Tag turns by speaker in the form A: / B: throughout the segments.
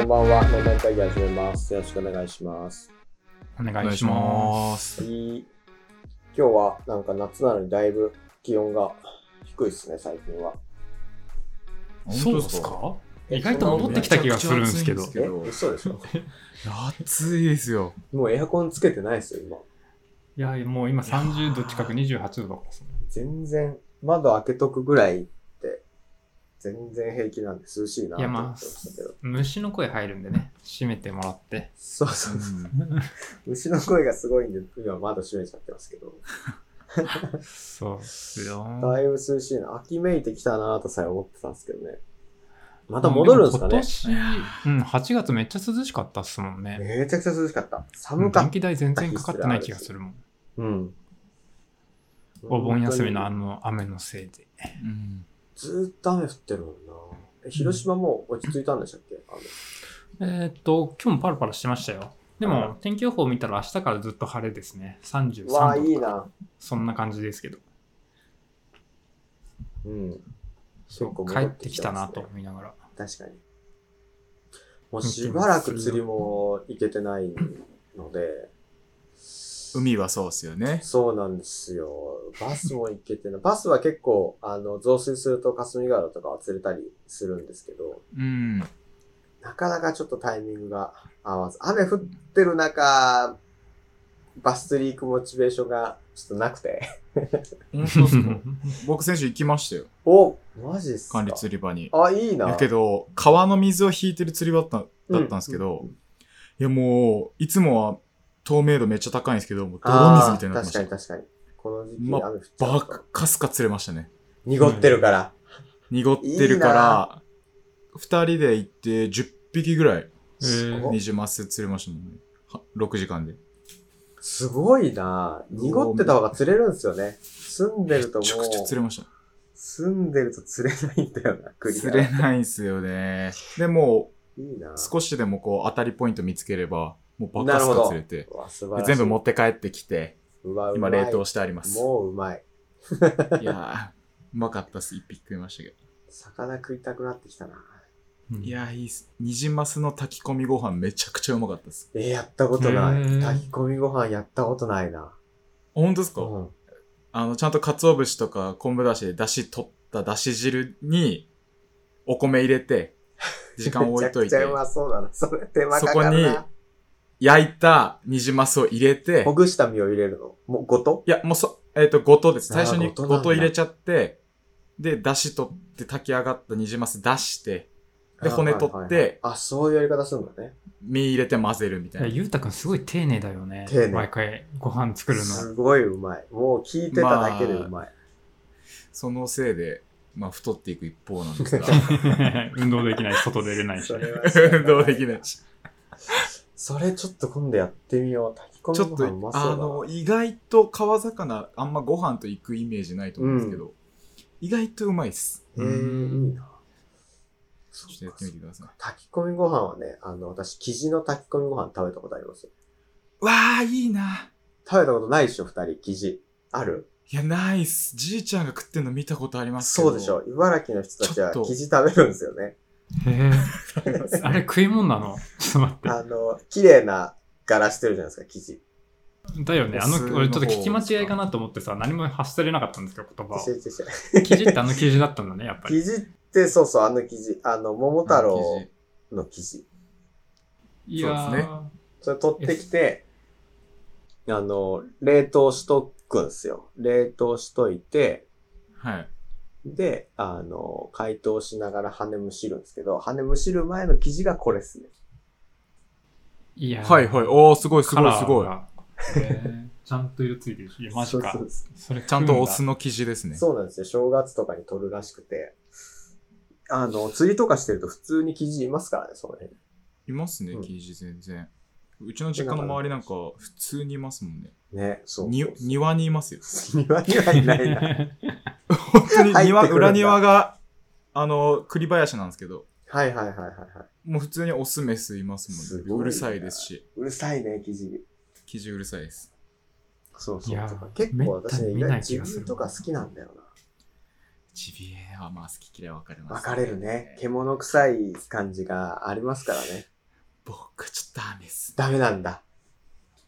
A: こんばんは。面談会議始めます。よろしくお願いします。
B: お
C: お
B: 願
C: 願
B: い
C: い
B: し
C: し
B: ま。
C: ますす。
A: いい今日はなんか夏なのにだいぶ気温が低いですね、最近は。
B: そうですか意外と戻ってきた気がするんですけど。
A: え嘘でしょ
C: 暑いですよ。
A: もうエアコンつけてないですよ、今。
B: いや、もう今30度近く28度だったですね。
A: 全然、窓開けとくぐらいって、全然平気なんで涼しいなと
B: いや、
A: 思って
B: ま
A: ま
B: あ
A: したけど。、
B: 虫の声入るんでね、閉めてもらって。
A: そうそうそう。虫の声がすごいんで、今窓閉めちゃってますけど。
B: そうっすよ。
A: だいぶ涼しいな。秋めいてきたなとさえ思ってたんですけどね。また戻るんですかね
B: でも今年、うん、8月めっちゃ涼しかったっすもんね。
A: めちゃくちゃ涼しかった。寒か
B: 電
A: った。
B: 気代全然かかってない気がするもん。
A: うん。
B: お盆休みのあの雨のせいで。
C: うん
A: ずーっと雨降ってるもんな。え広島もう落ち着いたんでしたっけ雨
B: えーっと、今日もパラパラしてましたよ。で
A: う
B: も、天気予報見たら明日からずっと晴れですね。33度。
A: わあ、いいな。
B: そんな感じですけど。
A: うん。
B: そう、
A: 結構
B: 帰
A: 戻
B: っ
A: って
B: て
A: き
B: き
A: て
B: た
A: ま
B: な
A: すね
B: と思いながら。
A: 確かに。もうしばらく釣りも行けてないので、
C: 海はそうですよね。
A: そうなんですよ。バスも行けてない。バスは結構、あの、増水すると霞ヶ浦とかは釣れたりするんですけど、
C: うん。
A: なかなかちょっとタイミングが合わず、雨降ってる中、バス釣り行くモチベーションがちょっとなくて。
C: 本当っすか僕先週行きましたよ。
A: おマジっすか
C: 管理釣り場に。
A: あ、いいな。
C: だけど、川の水を引いてる釣り場だっただったんですけど、いやもう、いつもは透明度めっちゃ高いんですけど、もう泥水みたいになってま
A: あー確
C: し
A: か
C: た。
A: に確かに。この時期
C: ま
A: 雨降っちゃ
C: バ
A: うと
C: カかすか釣れましたね。
A: 濁ってるから。
C: 濁ってるから、二人で行って10匹ぐらい、
B: えー
C: ニジマス釣れましたもんね。は6時間で。
A: すごいな濁ってた方が釣れるんですよね。住んでると
C: めちゃ
A: も
C: くちゃ釣
A: う、
C: れました。
A: 住んでると釣れないんだよな、クリア。
C: 釣れないんすよね。でも、
A: いいな
C: 少しでもこう当たりポイント見つければ、もうバカす
A: なるほ
C: か
A: ど
C: 釣れて、
A: うわ素晴ら
C: で
A: しい。
C: 全部持って帰ってきて、
A: うわうま
C: 今
A: い
C: 冷凍してあります。
A: もううまい。
C: いやー、うまかったっす。一匹食いましたけど。
A: 魚食いたくなってきたな
B: うん
C: いやー、いいっす。ニジマスの炊き込みご飯めちゃくちゃうまかったっす。
A: えー、やったことない。
B: へー
A: 炊き込みご飯やったことないな。
C: ほんとっすか、
A: うん。
C: あの、ちゃんと鰹節とか昆布だしで出汁取った出汁汁に、お米入れて、時間置いといて
A: めちゃくちゃ、うまそうだな。それ手間
C: そ
A: か
C: こ
A: かる
C: に
A: な。
C: 焼いたニジマスを入れて
A: ほ、ぐした身を入れるの。もうごと
C: いや、もうそ、えっ、と、ごとです。
A: あー
C: 最初に
A: ごとなんだ
C: ごと入れちゃって、で、出汁取って炊き上がったニジマス出して、
A: あ
C: で、
A: ー
C: 骨取って、
A: はいはいはいあ、そういうやり方するんだね。
C: 身入れて混ぜるみた
B: いや
C: いな。
B: ゆうたくんすごい丁寧だよね。
A: 丁寧
B: 毎回ご飯作る
A: す
B: の。
A: ごいうまい。もう聞いてただけでうまい。
C: そのせいで、まあ、太っていく一方な んですが、
B: 運動できないし、外出れない し
A: そ。れは
C: 運動できないし。
A: それちょっと今度やってみよう。炊き込
C: ちょ
A: み
C: っ
A: ご飯う
C: と
A: ま、そうだな
C: あの、意外と川魚、あんまご飯と行くイメージないと思うんですけど、意外とうまいっす。
A: えー、いいな。そ
C: ちょっと
A: う
C: や
A: か
C: ってみてください。
A: 炊き込みご飯はね、あの、私、生地の炊き込みご飯食べたことありますよ。
C: わー、いいな。
A: 食べたことないでしょ、二人、生地。ある
C: いや、ないっす。じいちゃんが食ってんの見たことありますけ
A: そ
C: ど。
A: うでしょ。茨城の人たちは
C: ちょっと
A: 生地食べるんですよ ね。
B: へーあれ食い物なの ちょっと待
A: あの、綺麗な柄してるじゃないですか、生地。
B: って。だよね。あ
C: お酢の
B: の、
C: 方
B: 俺ちょっと聞き間違いかなと思ってさ、何も発せれなかったんですけど、 言葉
A: 生
B: を。
A: 地生地
B: 記事ってあの記事だったんだね、やっぱり。
A: 生地って、そうそう、あの生地。あの、桃太
C: あの
A: 郎
C: 生地
A: の生地。
B: いや
C: そうです
B: ー
A: それ取ってきて、あの、冷凍しとくんですよ。冷凍しといて、
C: はい。
A: で、あの、解凍しながら羽むしるんですけど、羽むしる前の生地がこれですね。
B: いやー
C: はいはい。おー、すごいすごいすごい
B: カ。ラーがへーちゃんと色ついてるし、いやマジか
A: そう。そう
B: それ
C: ちゃんとお
B: 押
C: 酢
B: す
C: の生地ですね。
A: そうなんですよ。正月とかに取るらしくて。あの、釣りとかしてると普通に生地いますからね、その辺。
C: いますね
A: う、ん
C: 生地全然。うちの実家の周りなんか普通にいますもんね。
A: ね、そう。
C: に庭にいますよ。
A: 庭に はいないな。
C: 本当
A: 入
C: に
A: ってく
C: 庭、
A: るんだ
C: 裏庭が、あの、栗林なんですけど、
A: はいはいはいはいはい。
C: もう普通にオスメスいます
A: す
C: もんね。
A: ごいな
C: うるさいですし、
A: うるさいね、生地。
C: 生地うるさいです。
A: そう
B: い
A: そう
B: や
A: とか。結構私ね、
B: めっ
A: 意外
B: たに見ない
A: に
B: 気がす
A: 自
B: る
A: 分とか好きなんだよ
C: ジビエはまあ好き嫌い分かれ
A: な。
C: ま
A: 分
C: す、
A: かれるね。獣臭い感じがありますからね。
C: 僕ちょっとダメっす。
A: ダメなんだ。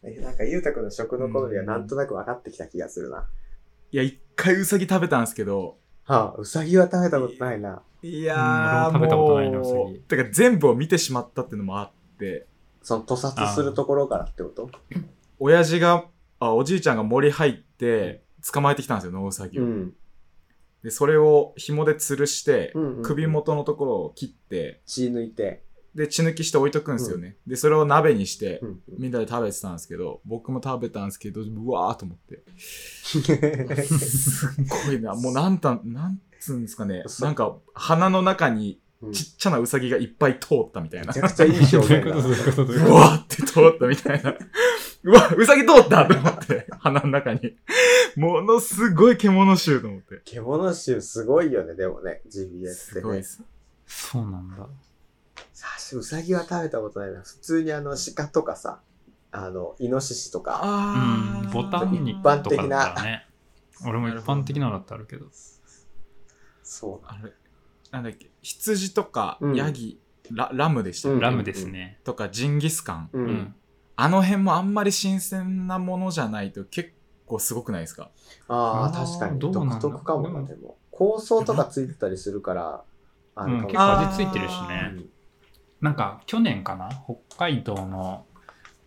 A: えなんか、ゆうたくんの食の好みがなんとなく分かってきた気がするな。
C: いや、一回ウサギ食べたんですけど、
A: はあ、うさぎは食べたことないな。
C: いやー、
B: うん俺も食べたことないな
C: もう
B: ウサギ
C: だから全部を見てしまったっていうのもあって、
A: その、屠殺するところからってこと
C: 親父が、あ、おじいちゃんが森入って、捕まえてきたんですよ、ノウサギを。
A: うん。
C: で、それを紐で吊るして、
A: うんうん
C: 首元のところを切って、
A: 血抜いて。
C: で、血抜きして置いとくんですよね。で、それを鍋にして、
A: うんうん
C: みんなで食べてたんですけど、僕も食べたんですけど、うわーと 思って。すっごいな。もうなんた、なんつうんですかね。
A: そう
C: なんか、鼻の中に
A: うん
C: ちっちゃなウサギがいっぱい通ったみたい
A: め
C: な
A: ち。ゃくちゃいい
B: そう
A: 表
B: いう
A: 現
B: こ
A: だ
B: と、そう
A: な。
B: いうこと、そういう
C: う
B: こと。
C: わーって通ったみたいな。うわ、ウサギ通ったと思って、鼻の中に。ものすごい獣臭と思って。
A: 獣臭すごいよね、でもね、ジビエって
C: すごい
A: ね
C: で。す。
B: そうなんだ。
A: さあ、うさぎは食べたことないな。普通にあの、鹿とかさ、あの、イノシシとか。
C: あ
B: うん、ボタン
A: に
B: に
A: 一般
B: と
A: 的
B: か
A: な
B: だったらね。俺も一般的なのだってあるけど。
A: そう
C: あれ、なんだっけ、羊とか、
A: うん
C: ヤギ、ララムでしたっけ、
A: うん
B: ラムですね。
C: とか、ジンギスカン。
A: な
B: う
A: の。うん。
B: ん。
C: あの辺もあんまり新鮮なものじゃないと結構すごくないですか
A: ああ、
B: あー
A: 確かに。
B: どうなんだ
A: 独特かもな、
B: うん
A: でも。構想とかついてたりするから、あ
B: う
A: の、
B: ん、結
A: か
B: 構味ついてるし
A: も
B: ね。なんか、去年かな北海道の、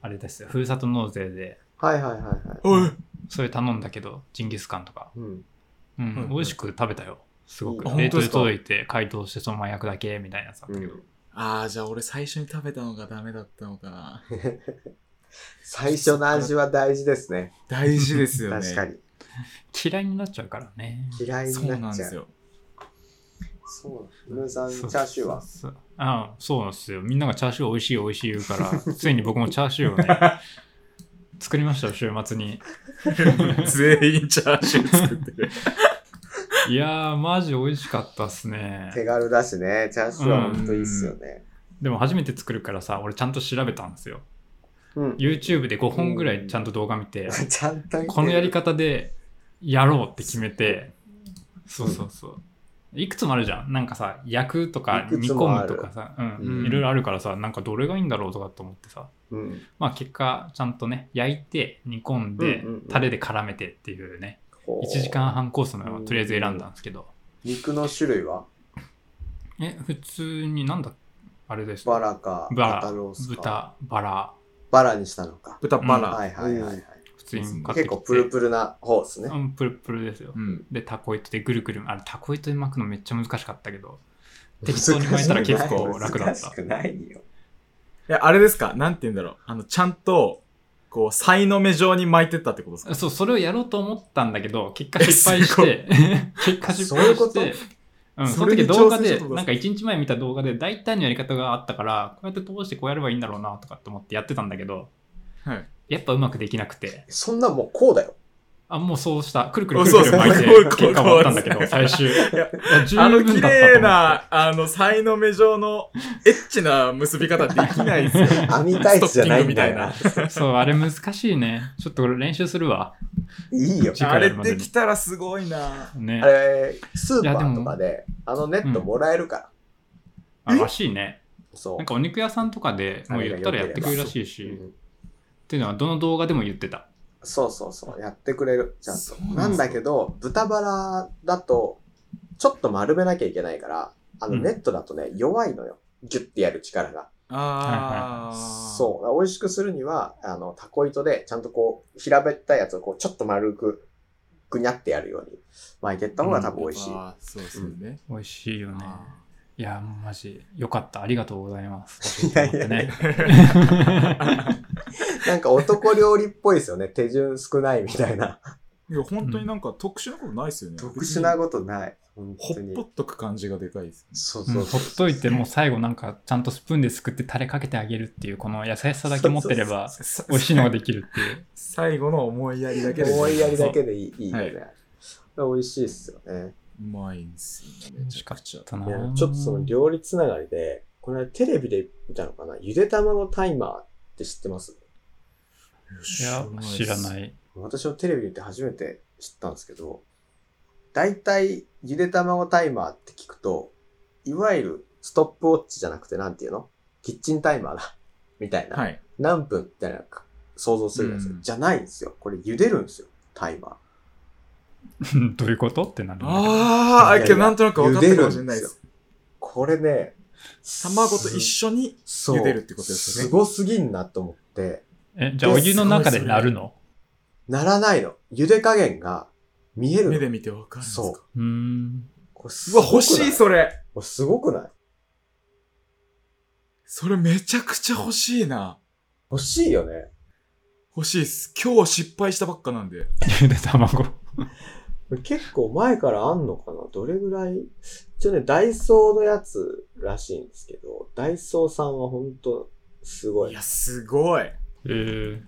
B: あれですよ、ふるさと納税で、
A: はいはいはいはい。
C: おい
B: それ頼んだけど、ジンギスカンとか。
A: うん。
B: う
C: はいは
B: ん
C: い、
B: 美味しく食べたよ。すごく
A: あ。
C: 本
B: 冷凍
C: 当で
B: です
C: か
B: 届いて、解凍してそのまま焼くだけみたいなやつだったけど。
A: うん
C: ああ、じゃあ俺最初に食べたのがダメだったのかな。
A: 最初の味は大事ですね。
C: 大事ですよね。
A: 確かに。
B: 嫌いになっちゃうからね。
A: 嫌い
C: そう
A: に
C: な
A: なっ
C: ん
A: ち
C: で
A: ゃ
C: す
A: う。
C: よ。
A: そうなんです。ムーさん、チ
B: そう
A: ャーシューは
B: そうそうああそうなんですよ。みんながチャーシュー美味しい美味しい言うから、ついに僕もチャーシューをね、作りましたよ、週末に。
C: 全員チャーシュー作ってる。
B: いやー、マジ美味しかったっすね。
A: 手軽だしね、チャーシューは本当いいっすよね。
B: でも初めて作るからさ、俺ちゃんと調べたんですよ。
A: うん。
B: YouTube で5本ぐらいちゃんと動画見て、
A: ちゃんと見てる
B: このやり方でやろうって決めて、そうそうそう。いくつもあるじゃん。なんかさ、焼くとか
A: いく
B: 煮
A: つもあ
B: 込
A: る
B: むとかさ、う
C: うん
B: ん、いろいろあるからさ、なんかどれがいいんだろうとかって思ってさ。
A: うん。
B: まあ結果、ちゃんとね、焼いて、煮込んで、
A: うんうんうん
B: タレで絡めてっていうね、
A: こう
B: 1時間半コースのをとりあえず選んだんですけど、
A: 肉の種類は
B: え、普通になんだ、あれです
A: バラか、
B: バラ
A: 豚ロースか。
B: 豚、バラ、
A: バラにしたのか。
C: 豚バラ。
A: はいはいはいはい。
B: 普通に買って
A: 結
B: きて。
A: 構プルプルな方ですね
B: う。ん、プルプルですよ。
C: うん。
B: で、タコ糸でぐるぐる、あれ、タコ糸で巻くのめっちゃ難しかったけど、適当に巻いたら結 構楽だっ
A: 難
B: た
A: し。くないよ。
C: いや、あれですかなんて言うんだろう。あの、ちゃんと、こう、サイの目状に巻いてったってことですか
B: そう、それをやろうと思ったんだけど、結果失敗して、 結果失敗
A: そういうこ
B: し
A: と
B: て、うん、そ
C: そ
B: の
C: れに
B: 時動画
C: 挑戦した
B: で、
C: ってことですか
B: なんか1日前見た動画で大胆なやり方があったから、こうやって通してこうやればいいんだろうなとかって思ってやってたんだけど、
C: はい。
B: やっぱうまくできなくて、
A: そんなもうこう だよ。
B: あ、もうそうした、くるく
C: お
B: るくるく
C: そうそう
B: る巻いて
C: こういうこ、うい
B: 結
C: う
B: 果終わったんだけ
C: こう
B: ど、
C: です
B: 最終。い
C: や
B: や十
C: あの、
B: 分だっ
C: 綺
B: た
C: 麗な、あの、サイの目状の、エッチな結び方できないですよ。
A: 網タイツじゃないんだよな。
B: と思って。そう、あれ難しいね。ちょっと俺練習するわ。
A: いいよ。
B: 次
C: あ
B: 回や
C: れ
B: るまで
C: で
B: に
C: きたらすごいな
B: ね
A: あ。れ、スー
B: い
A: パ
B: やで
A: ー
B: も
A: とかで、あのネットもらえるから。
B: あらしいね。
A: そう
B: なん。かお肉屋さんとかでもう言ったらやってくれるらしいうし、
A: ん
B: っていうのはどの動画でも言ってた。
A: そうそうそう。やってくれる。ちゃん
C: そ
A: と
C: うなん。です
A: なんだけど、豚バラだと、ちょっと丸めなきゃいけないから、あの
B: うん
A: ネットだとね、弱いのよ。ギュッてやる力が。
C: あー。
A: そう。美味しくするには、あの、タコ糸で、ちゃんとこう、平べったいやつをこう、ちょっと丸く、ぐにゃってやるように巻いてった方が多分美味しい。
C: やっぱそうですよね。
B: 美味しいよね。
C: あ
B: いや、もうマジ、よかった。ありがとうござい ます。
A: いやいやいや
B: ね。
A: なんか男料理っぽいですよね。手順少ないみたい な。
C: ーいや、本当になんか特殊なことないですよね。
A: 特殊なことない。本
C: ほ
A: 当
C: っ
A: に
C: ぽ。っとく感じがでかいです。
A: そう
B: うん
A: そう
B: ほ
A: そう。
B: っといて、もう最後なんか、ちゃんとスプーンですくってタレかけてあげるっていう、この優しさだけ持ってれば、美味しいのができるっていう。
C: 最後の思いやりだけで。
A: 思いやりだけでいいいいよ
C: は
A: ね
C: い。
A: 美味しいっすよね。
C: うまいんですよね。めちゃくちゃ。。
B: だない
A: やちょっとその料理つながりで、これテレビで見たのかなゆで卵タイマーって知ってます
B: いや、知らないい。
A: 私もテレビでって初めて知ったんですけど、大体、ゆで卵タイマーって聞くと、いわゆるストップウォッチじゃなくてなんていうのキッチンタイマーだ。みたいな。
C: はい。
A: 何分みたいな想像するんですよ。
C: うん
A: じゃないんですよ。これ茹でるんですよ。タイマー。
B: どういう ことってなるんだけど
C: あ
A: い
C: あ、
A: やいや
C: けどなんとなく分かったかもしれないで
A: 茹
C: す。
A: これね、
C: 卵と一緒に、
A: 緒
C: 茹でるってことですよね
A: すごすぎんなと思って、
B: え、じゃあお湯の中でなるの
A: ならないの。茹で加減が見えるの
C: 目で見て分かるんですか。
A: そう
B: うーん。
A: これす
C: う
A: ご
C: わ、
A: くない
C: 欲しい、それ。
A: これすごくない
C: それめちゃくちゃ欲しいな。
A: 欲しいよね。
C: 欲しいっす。今日失敗したばっかなんで。
B: ゆで卵。
A: これ結構前からあんのかなどれぐらい一応ね、ダイソーのやつらしいんですけど、ダイソーさんはほんとすご
C: い
A: い。
C: や、すごい。
B: えー、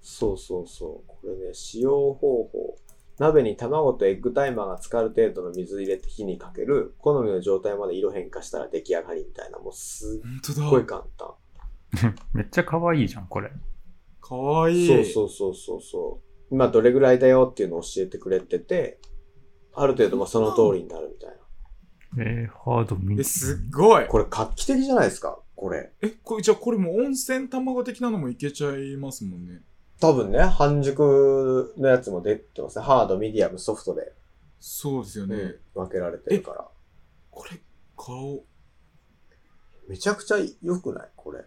A: そうそうそう。これね、使用方法。鍋に卵とエッグタイマーが浸かる程度の水入れて火にかける。好みの状態まで色変化したら出来上がりみたいな。もうす
C: ほんと
A: っごい
C: だ。
A: 簡単。
B: めっちゃ可愛いじゃん、これ。
C: かわいい。
A: そうそうそうそうそう。今どれぐらいだよっていうのを教えてくれてて、ある程度まあその通りになるみたいな。
B: えー、ハードミ
C: え、すっごい。
A: これ画期的じゃないですかこれ。
C: え、これ、じゃあこれもう温泉卵的なのもいけちゃいますもんね。
A: 多分ね、半熟のやつも出てますね。ハード、ミディアム、ソフトで、
C: そうですよね。
A: 分けられてるから。
C: これ、顔、
A: めちゃくちゃ良くないこれ。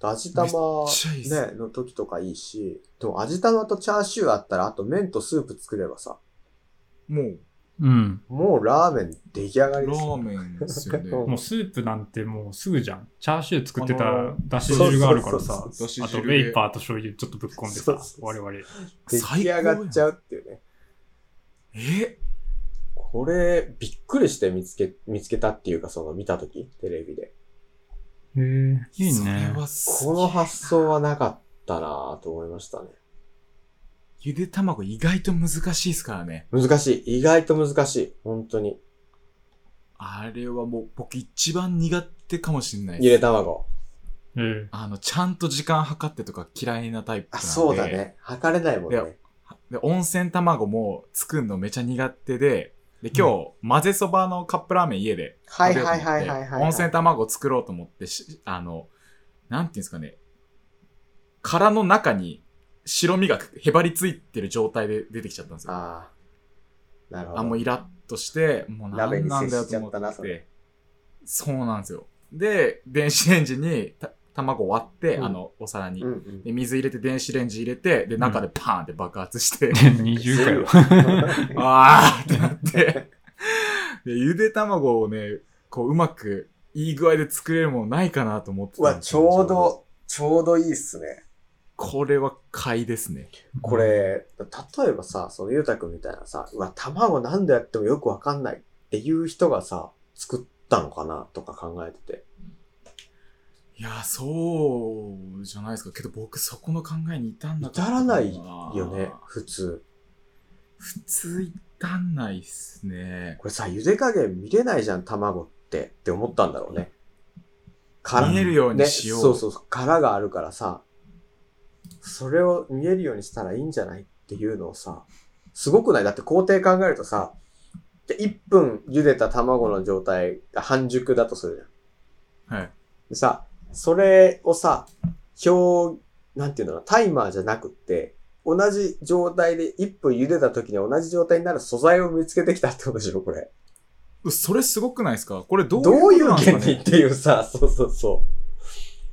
A: 味玉
C: めっちゃいいっす
A: ね、の時とかいいし、でも味玉とチャーシューあったら、あと麺とスープ作ればさ、
C: もう、
B: うん。
A: もうラーメン出来上が
C: ラ
A: りですよ
C: ー。メンで すよね。
A: うん
B: もうスープなんてもうすぐじゃん。チャーシュー作ってた
C: あ
B: ら
C: のー
B: だし汁があるか
A: そ
B: ら
A: うそう
B: さ
A: そう。
C: だし
B: あとウ
C: 汁
B: ェイ
C: で。
B: パーと醤油ちょっとぶっ込んで
A: そう
B: さ
A: そうそ、う
B: 我々。
A: 出来上がっちゃうっていうね。
C: え
A: これ、びっくりして見つけ、見つけたっていうか、その見たとき、テレビで。
B: えー、いい
C: それ
B: ね。
C: はす
A: この発想はなかったなぁと思いましたね。
C: ゆで卵意外と難しいですからね。
A: 難しい。意外と難しい。本当に。
C: あれはもう僕一番苦手かもしれない
A: ゆ
C: で。
A: です卵。
B: えー、
C: あの、ちゃんと時間計ってとか嫌いなタイプな
A: あ、
C: んで。
A: そうだ。ね。測れないもん
C: いや
A: ね。
C: で、温泉卵も作るのめちゃ苦手で、で、今日、混ぜそばのカップラーメン家で
A: はい
C: 食べようと
A: は
C: 思
A: い
C: って
A: はいはいはい。
C: 温泉卵作ろうと思ってし、あの、なんていうんですかね、殻の中に白身がへばりついてる状態で出てきちゃったんですよ。あ
A: ああ。なるほど。
C: もうイラッとして、もう
A: 鍋
C: 何
A: に
C: なん
A: 接
C: だよ
A: しち
C: と
A: ゃ
C: 思
A: ったな
C: っ
A: そ
C: て
A: れ。
C: そうなんですよ。で、電子レンジにた卵割って、
A: うん
C: あの、お皿に。
A: うんうん
C: で、水入れて、電子レンジ入れて、で、中でパーンって爆発し て、
B: 20回は。
C: あーってなって、で、ゆで卵をね、こう、うまく、いい具合で作れるものないかなと思って
A: う
C: た
A: わ、
C: んです
A: ち
C: よ
A: ょう。ど、ちょうどいいっすね。
C: これは買いですね。
A: これ、例えばさ、そのゆうたくんみたいなさ、うわ、卵何度やってもよくわかんないっていう人がさ、作ったのかなとか考えてて。
C: いや、そうじゃないですか。けど僕そこの考えに至んなかった
A: 至
C: か。
A: らないよね、普通。
C: 普通至んないっすね。
A: これさ、茹で加減見れないじゃん、卵ってって思ったんだろうね。殻
C: 見えるように
A: ね、
C: しよう。
A: そうそうそう、殻があるからさ、それを見えるようにしたらいいんじゃないっていうのをさ、すごくないだって工程考えるとさ、じゃ1分茹でた卵の状態が半熟だとするじゃん。
C: はい。
A: でさ、それをさ、表、なんていうのかなタイマーじゃなくって、同じ状態で1分茹でた時に同じ状態になる素材を見つけてきたってことでしょ、これ。
C: それすごくないですかこれどう
A: どうい
C: こと
A: う
C: なんです
A: 原
C: かね
A: 理っていうさ、 そうそうそ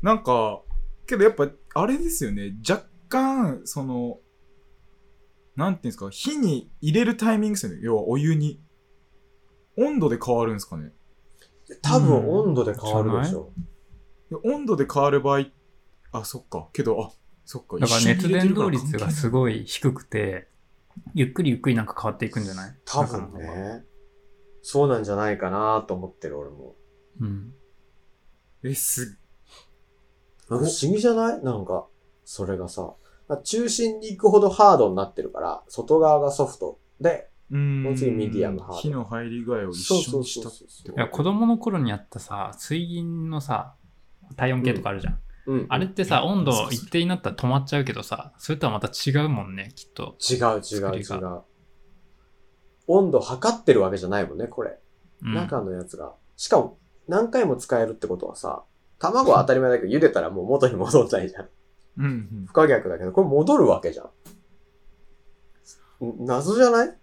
C: なんか、けどやっぱ、あれですよね。若干、その、なんていうんですか、火に入れるタイミングですよね。要はお湯に。温度で変わるんですかね。
A: う。多分温度で変わるでしょ。
C: で温度で変わる場合、あ、そっか。けど、あ、そっか。
B: だから
C: 一緒に
B: 熱
C: 入れて
B: 伝
C: るから
B: 導率がすごい低くて、ゆっくりゆっくりなんか変わっていくんじゃない
A: 多分。ね。そうなんじゃないかなと思ってる俺も。
B: うん。
C: え、す、
A: 不思議じゃないなんか、それがさ。中心に行くほどハードになってるから、外側がソフトで、
C: うー。
A: もうん次ミディアムハード
C: 火の入り具合を一
A: そう
C: 緒
A: そう
C: にし
A: そう
C: たって
A: そ
C: こ
A: う
B: いや、子供の頃にやったさ、水銀のさ、体温計とかあるじゃん。
A: うん。
B: あれってさ、温
C: そう
B: 度
C: そう
B: 一定になったら止まっちゃうけどさ、それとはまた違うもんね、きっと。
A: 違う違う
B: 作
A: 違
B: り
A: う。温度測ってるわけじゃないもんね、これ。
B: うん、
A: 中のやつが。しかも、何回も使えるってことはさ、卵は当たり前だけど、茹でたらもう元に戻んないじゃん。
C: うんうん
A: 不可逆だけど、これ戻るわけじゃん。ん謎じゃない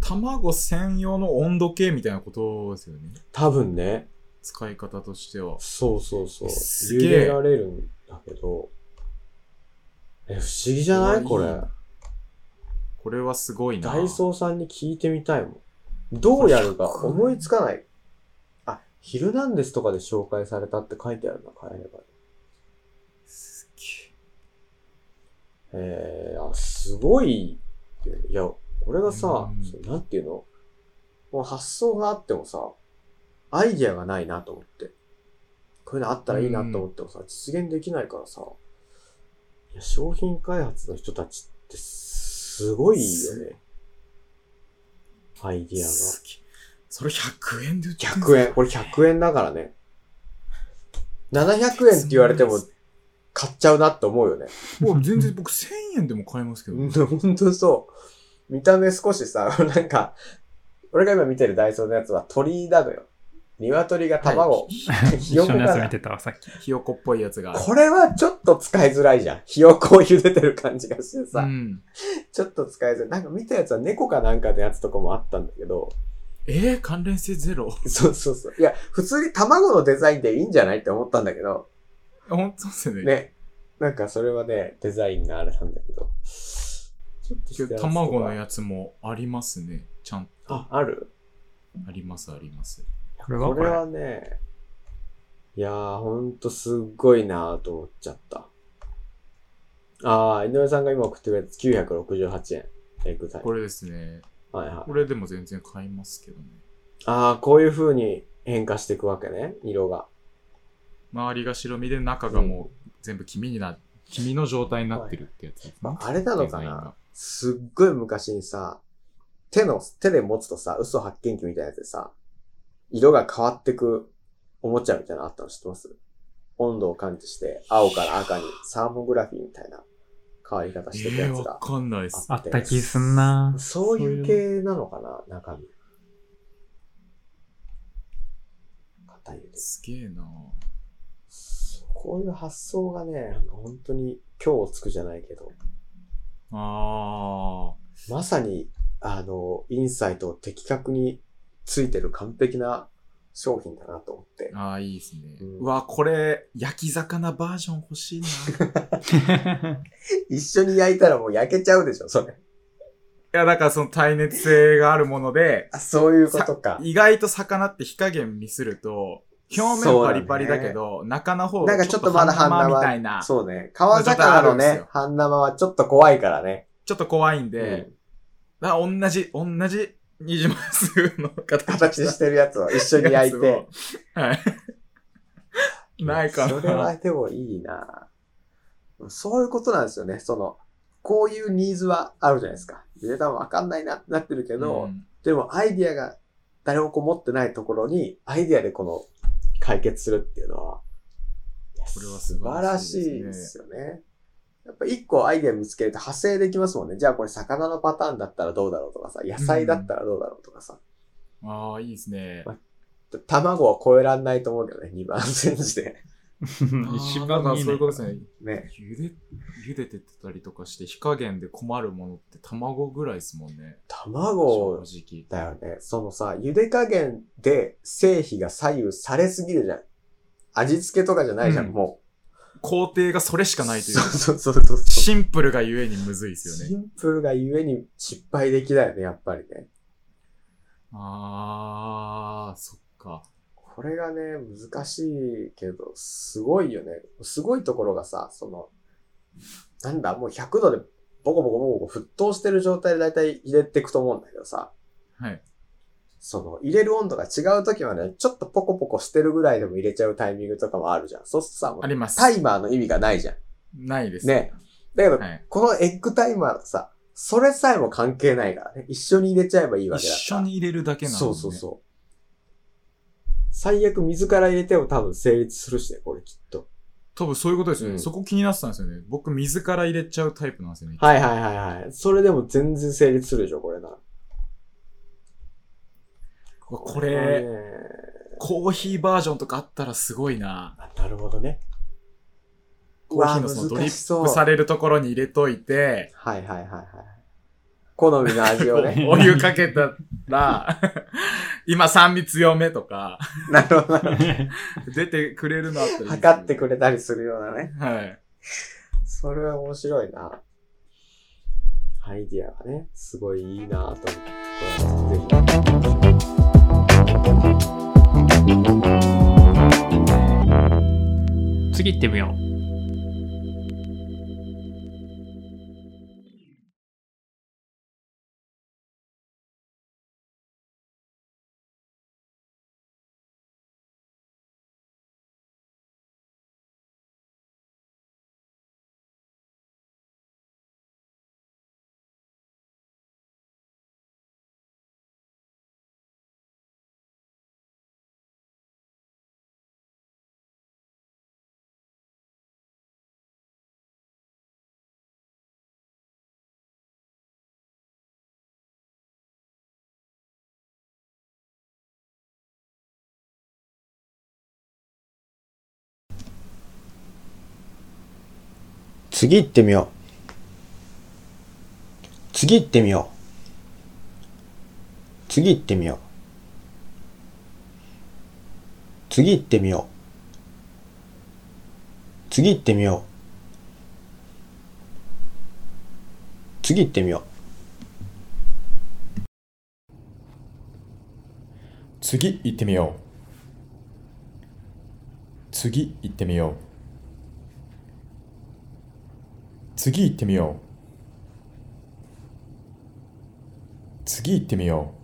C: 卵専用の温度計みたいなことですよね。
A: 多分ね。
C: 使い方としては。
A: そうそうそう。
C: す
A: 茹
C: げえ
A: でられるんだけど。え、不思議じゃな
C: うわい
A: い
C: い
A: これ。
C: これはすごいな。
A: ダイソーさんに聞いてみたいもん。どうやるか思いつかない。あ、ヒルナンデスとかで紹介されたって書いてあるな、帰れば。
C: すげ
A: えー、あ、すごいよね。いや、これがさ
C: うん、
A: そうなんていうのもう発想があってもさ、アイディアがないなと思って。こういうのあったらいいなと思ってもさ、実現できないからさ、いや商品開発の人たちってすごいよね。アイデ
C: え。
A: ィアが。
C: すげえそれ100円で売ってるんです
A: 100円。これ100円だからね。700円って言われても
C: すごいで
A: 買っちゃうなって思うよね。
C: すねもう全然僕1000円でも買えますけど。
A: うんほんとそう。見た目少しさ、 なんか、俺が今見てるダイソーのやつは鳥なのよ。鶏が卵。
C: はい
A: ひ
B: 一
A: よ
B: 緒
A: こ
B: のやつ見
A: が。
B: てたわ、さっき。
C: ひよこっぽいやつが。
A: これはちょっと使いづらいじゃん。ひよこを茹でてる感じがしてさ、
C: うん、
A: ちょっと使いづらい。なんか見たやつは猫かなんかのやつとかもあったんだけど、
C: えー、関連性ゼロ。
A: そうそうそう。いや、普通に卵のデザインでいいんじゃないって思ったんだけど、
C: 本当ですよね。
A: ね。なんかそれはね、デザインがあれなんだけど。ちょっと
C: け
A: した
C: ど
A: やつとか
C: 卵のやつもありますね。ちゃんと。
A: あ、ある
C: ありますあります。
B: これが
A: こ
B: こ
A: れ
B: れ。
A: はね、いやー、ほんとすっごいなーと思っちゃった。あー、井上さんが今送ってくれたやつ968円。エッグタイ
C: これですね。
A: はいはい
C: こ。れでも全然買いますけどね。
A: あー、こういう風に変化していくわけね、色が。
C: 周りが白身で中がもう全部黄身にな、黄身の状態になってるってやつですね。
A: あれなのか
C: デザイン
A: な
C: が
A: すっごい昔にさ、手の、手で持つとさ、嘘発見器みたいなやつでさ、色が変わってくおもちゃみたいなのあったの知ってます温度を感知して、青から赤にサーモグラフィーみたいな変わり方してく
C: え
A: や
C: ー、
A: つ
C: わ
A: が。
C: かんないです。
B: あった気すんな。
A: そういう系なのかな中身。硬いです。
C: すげえな
A: こういう発想がね、なんか本当に今日をつくじゃないけど、
C: あ
A: まさに、あの、インサイトを的確についてる完璧な商品だなと思って
C: ー。あー、いいですね。
A: うん
C: うわ、これ、焼き魚バージョン欲しいな い
A: 一緒に焼いたらもう焼けちゃうでしょ、それ。
C: や、だからその耐熱性があるもので、
A: あ、そういうことか。
C: 意外と魚って火加減ミスると、表面パリパリだけど、中の方
A: なんか
C: がち
A: ちょ
C: ょっ
A: っ
C: と
A: と
C: ま
A: ま
C: だ
A: だ
C: 半
A: 半
C: 生
A: 生
C: みたいな、ちょ
A: そうね。川魚の
C: まあちょっとあるんです
A: ね
C: よ、
A: 半生はちょっと怖いからね。
C: っと怖いん
A: う
C: で
A: ん、
C: だから同じ、同じ、ニジマスの形
A: 形
C: で
A: してるやつを一緒に 焼いて。。
C: はい。ないか
A: それ
C: な。
A: はでもいいなそういうことなんですよね。その、こういうニーズはあるじゃないですか。データもわかんないなってなってるけど、
C: うん
A: でもアイディアが誰もこう持ってないところに、アイディアでこの解決するっていうのは、
C: これは
A: 素
C: 素
A: 晴
C: 晴
A: ら
C: ら
A: し
C: し
A: い
C: い
A: で
C: ですす
A: よね。やっぱ一個アイディア見つけると派生できますもんね。じゃあこれ魚のパターンだったらどうだろうとかさ、野菜だったらどうだろうとかさ。
C: ああ、いいですね。
A: 卵は超えらんないと思うけどね、2番煎じで。
B: 一
C: あーだか
B: 番
C: ら
B: いい
C: そうい
B: ね
C: う。こと ですね。
A: ね。
C: 茹で、茹でてたりとかして火加減で困るものって卵ぐらいですもんね。
A: 卵
C: 正直。
A: だよね。そのさ、茹で加減で製品が左右されすぎるじゃん。味付けとかじゃないじゃん、
C: うん
A: も
C: 工程がそれし
A: う。
C: かないという
A: そ
C: か
A: う。そうそうそうそう。
C: シンプルがゆえにむずいですよ
A: シ
C: ね。
A: ンプルがゆえに失敗できだよね、やっぱりね。
C: ああ、そっか。
A: これがね、難しいけど、すごいよね。すごいところがさ、その、なんだ、もう100度でボコボコボコボコ沸騰してる状態でだいたい入れていくと思うんだけどさ、
C: はい。
A: その、入れる温度が違う時はね、ちょっとポコポコしてるぐらいでも入れちゃうタイミングとかもあるじゃん。そうするとさ、もう
C: あります。
A: タイマーの意味がないじゃん。
C: ないです。
A: ね。だけど、
C: はい。
A: このエッグタイマーさ、それさえも関係ないからね。一緒に入れちゃえばいいわけ
C: 一
A: だから。
C: 緒に入れるだけなの、ね。
A: そうそうそう。最悪水から入れても多分成立するしね、これきっと。
C: 多分そういうことですよね。
A: うん
C: そこ気になってたんですよね。僕、水から入れちゃうタイプなんですよね。
A: はいはいはいはい。それでも全然成立するでしょ、これな。
C: うわこれ、コーヒーバージョンとかあったらすごいな。
A: あなるほどね。
C: コーヒーのそのドリ
A: 難しそう
C: ップされるところに入れとい て、
A: はいはいはいはい。好みの 味をね。
C: おお湯かけたら、 今酸味強めとか、
A: なるほどな。
C: 出てくれるのあったらいいですよね
A: 測ってくれたりするようなね。
C: はい。
A: それは面白いな。アイディアがね、すごいいいなと思って、これはぜ
B: 次行ってみよ
A: ひ。次行ってみよう。次行ってみよう。次行ってみよう。次行ってみよう。次行ってみよう。次行ってみよう。
D: 次行ってみよう次行ってみよう次行ってみよう次行ってみよう